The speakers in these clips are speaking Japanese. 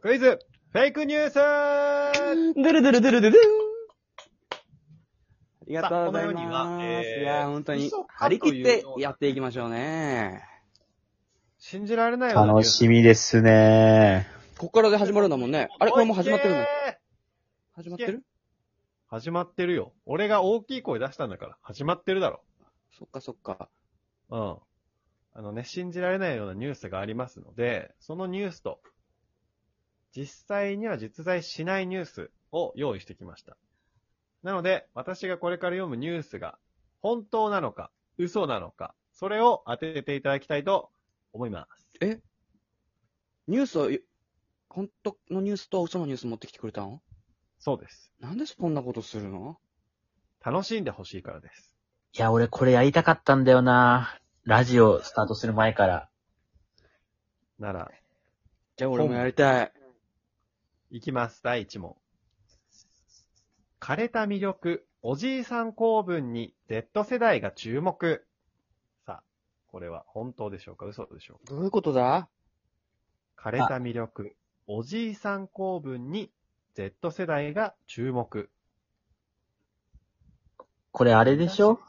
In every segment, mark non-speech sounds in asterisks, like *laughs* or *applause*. クイズフェイクニュースドゥルドゥルドゥルドゥルンありがとうございさあこのま世す。にはえーいや、本当に嘘、か張といりうような切ってやっていきましょうね。信じられないよ楽しみですね。こっからで始まるんだもんね。あれこれもう始まってるね。始まってる始まってるよ。俺が大きい声出したんだから。始まってるだろ。そっかそっか。うん。あのね、信じられないようなニュースがありますので、そのニュースと、実際には実在しないニュースを用意してきました。なので、私がこれから読むニュースが、本当なのか、嘘なのか、それを当てていただきたいと思います。ニュースを、本当のニュースと嘘のニュース持ってきてくれたのそうです。なんでそんなことするの楽しんでほしいからです。いや、俺これやりたかったんだよな。ラジオスタートする前から。なら、じゃあ俺もやりたい。いきます。第1問。枯れた魅力、おじいさん公文に Z 世代が注目。さあ、これは本当でしょうか嘘でしょうどういうことだか枯れた魅力、おじいさん公文に Z 世代が注目。これあれでしょ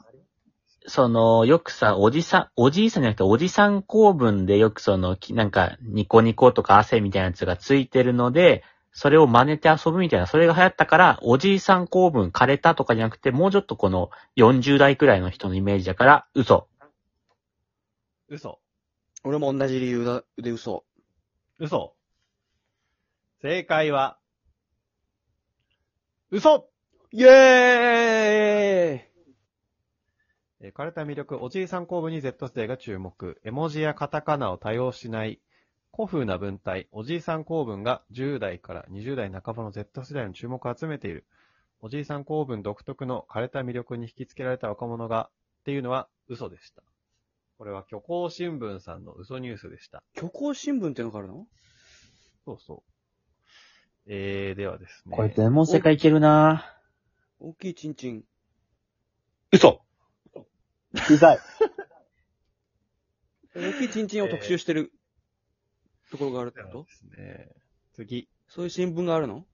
その、よくさ、おじさん、おじいさんじゃなくて、おじさん公文でよくその、きなんか、ニコニコとか汗みたいなやつがついてるので、それを真似て遊ぶみたいな、それが流行ったから、おじいさん公文枯れたとかじゃなくて、もうちょっとこの40代くらいの人のイメージだから、嘘。嘘。俺も同じ理由だで嘘。嘘。正解は、嘘イェーイえー枯れた魅力、おじいさん公文に Z 世代が注目。絵文字やカタカナを多用しない、古風な文体、おじいさん公文が10代から20代半ばの Z 世代の注目を集めている。おじいさん公文独特の枯れた魅力に引きつけられた若者が、っていうのは嘘でした。これは虚構新聞さんの嘘ニュースでした。虚構新聞ってのがあるのそうそう。えー、ではですね。全問正解いけるな大きいチンチン。嘘うざい。大きいチンチンを特集してるところがあるってではことですね。次。そういう新聞があるの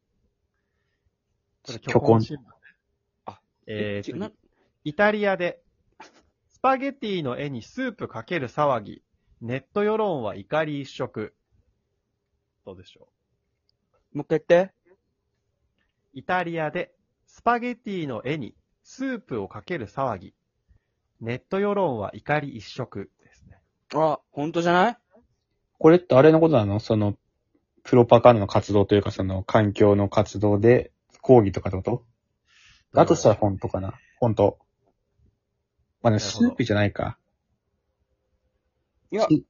これ虚構新聞。あ、えー、ち次なイタリアで、スパゲティの絵にスープかける騒ぎ、ネット世論は怒り一色。どうでしょもう一回言って。う。イタリアで、スパゲティの絵にスープをかける騒ぎ、ネット世論は怒り一色ですね。あ、本当じゃないこれってあれのことなのその、プロパガンダの活動というか、その、環境の活動で、抗議とかってことだとしたら本当かな本当。まあなね、るスほどープじゃないか。いやし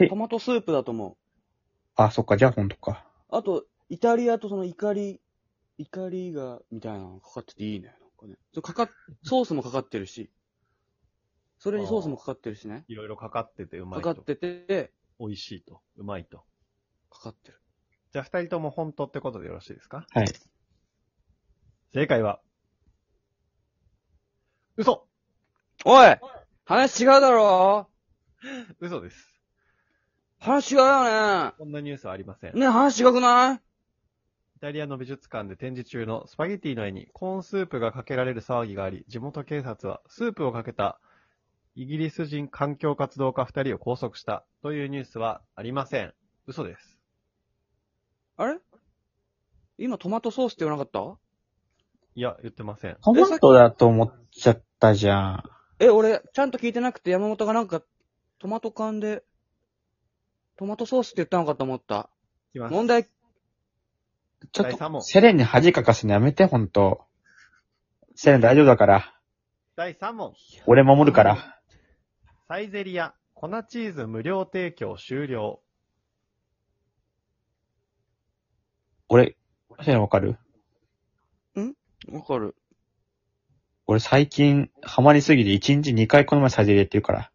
え、トマトスープだと思あ、そっか、じゃあ本当か。う。あと、イタリアとその怒り、怒りが、みたいなのかかってていいね。なんかね。それかかっ、ソースもかかってるし。それにソースもかかってるしね。いろいろかかっててうまかいかと。ってて、美味しいと。うまいと。かかってる。じゃあ二人とも本当ってことでよろしいですかはい。正解は、嘘おい話違うだろ嘘です。話違うよねこんなニュースはありません。ねえ話違くないイタリアの美術館で展示中のスパゲティの絵にコーンスープがかけられる騒ぎがあり、地元警察はスープをかけたイギリス人環境活動家2人を拘束したというニュースはありません。嘘です。あれ今トマトソースって言わなかったいや、言ってません。トマトだと思っちゃったじゃん。え、俺、ちゃんと聞いてなくて山本がなんか、トマト缶で、トマトソースって言ったのかと思った。いきます。問題、ちょ第っ三問と、セレンに恥かかすのやめて、本当セレン大丈夫だから。第3問。俺守るから。サイゼリア、粉チーズ無料提供終了。俺、セレンわかるわかる。俺最近、ハマりすぎて1日2回この前サイゼリヤ行ってるから。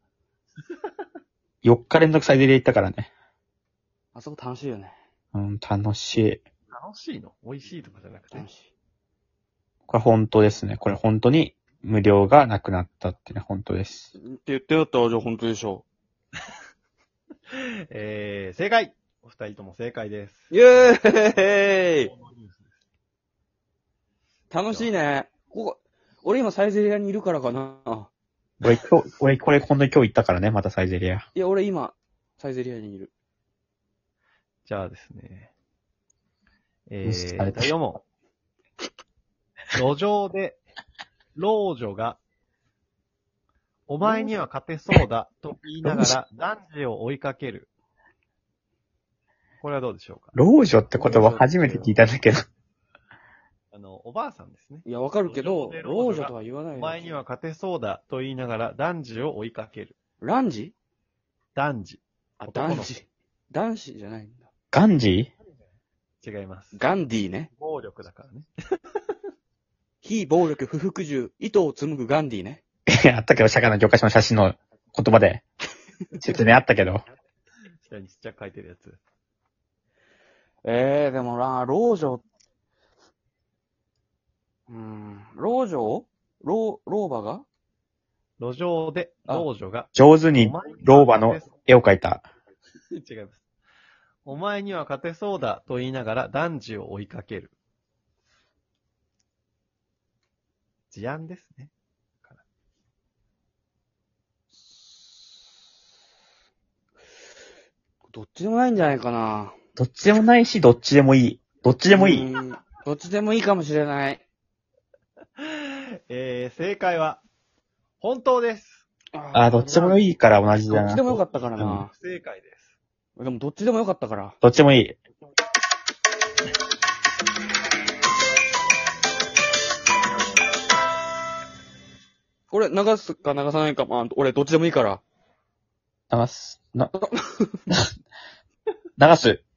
4日連続サイゼリヤ行ったからね。あそこ楽しいよね。うん、楽しい。楽しいの美味しいとかじゃなくて楽。しい。これ本当ですね。これ本当に無料がなくなったってね、本当です。って言ってよったら、じゃあ本当でしょ。えー、正解お二人とも正解です。イェーイ楽しいね。ここ、俺今サイゼリアにいるからかな。俺今日、俺これ本当に今日行ったからね、またサイゼリア。いや、俺今、サイゼリアにいる。じゃあですね。え無視さー、れた第4問。路上で、老女が、お前には勝てそうだと言いながら男児を追いかける。これはどうでしょうか老女って言葉初めて聞いたんだけど。あの、おばあさんですね。いや、わかるけど、老女老女ととは言わないおよ前には勝てそうだと言いながら男児を追いかける。ランジ男児。あ、男の男子。男子じゃないんだ。ガンジ違います。ガンディね。暴力だからね。非暴力不服従、糸を紡ぐガンディね。ー *laughs* あったけど、社会の教科書の写真の言葉で。説明あったけど。下にちっちゃく書いてるやつ。ええー、でもな、老女、うーん、老女を老、老婆が路上で老女が、上手お前にには勝て老婆の絵を描いた。 *laughs* 違います。お前には勝てそうだと言いながら男児を追いかける。事案ですね。どっちでもないんじゃないかな。どっちでもないし、どっちでもいい。どっちでもいい。うーん。どっちでもいいかもしれない。えー、正解は、本当です。あー、どっちでもいいいから同じどだっなちで。もよかったからな。不正解です。でもどっちでもよかったから。どっちでもいい。これ流すか流さないか、まあ、俺どっちでもいいから。 *laughs* 流す。な、流す。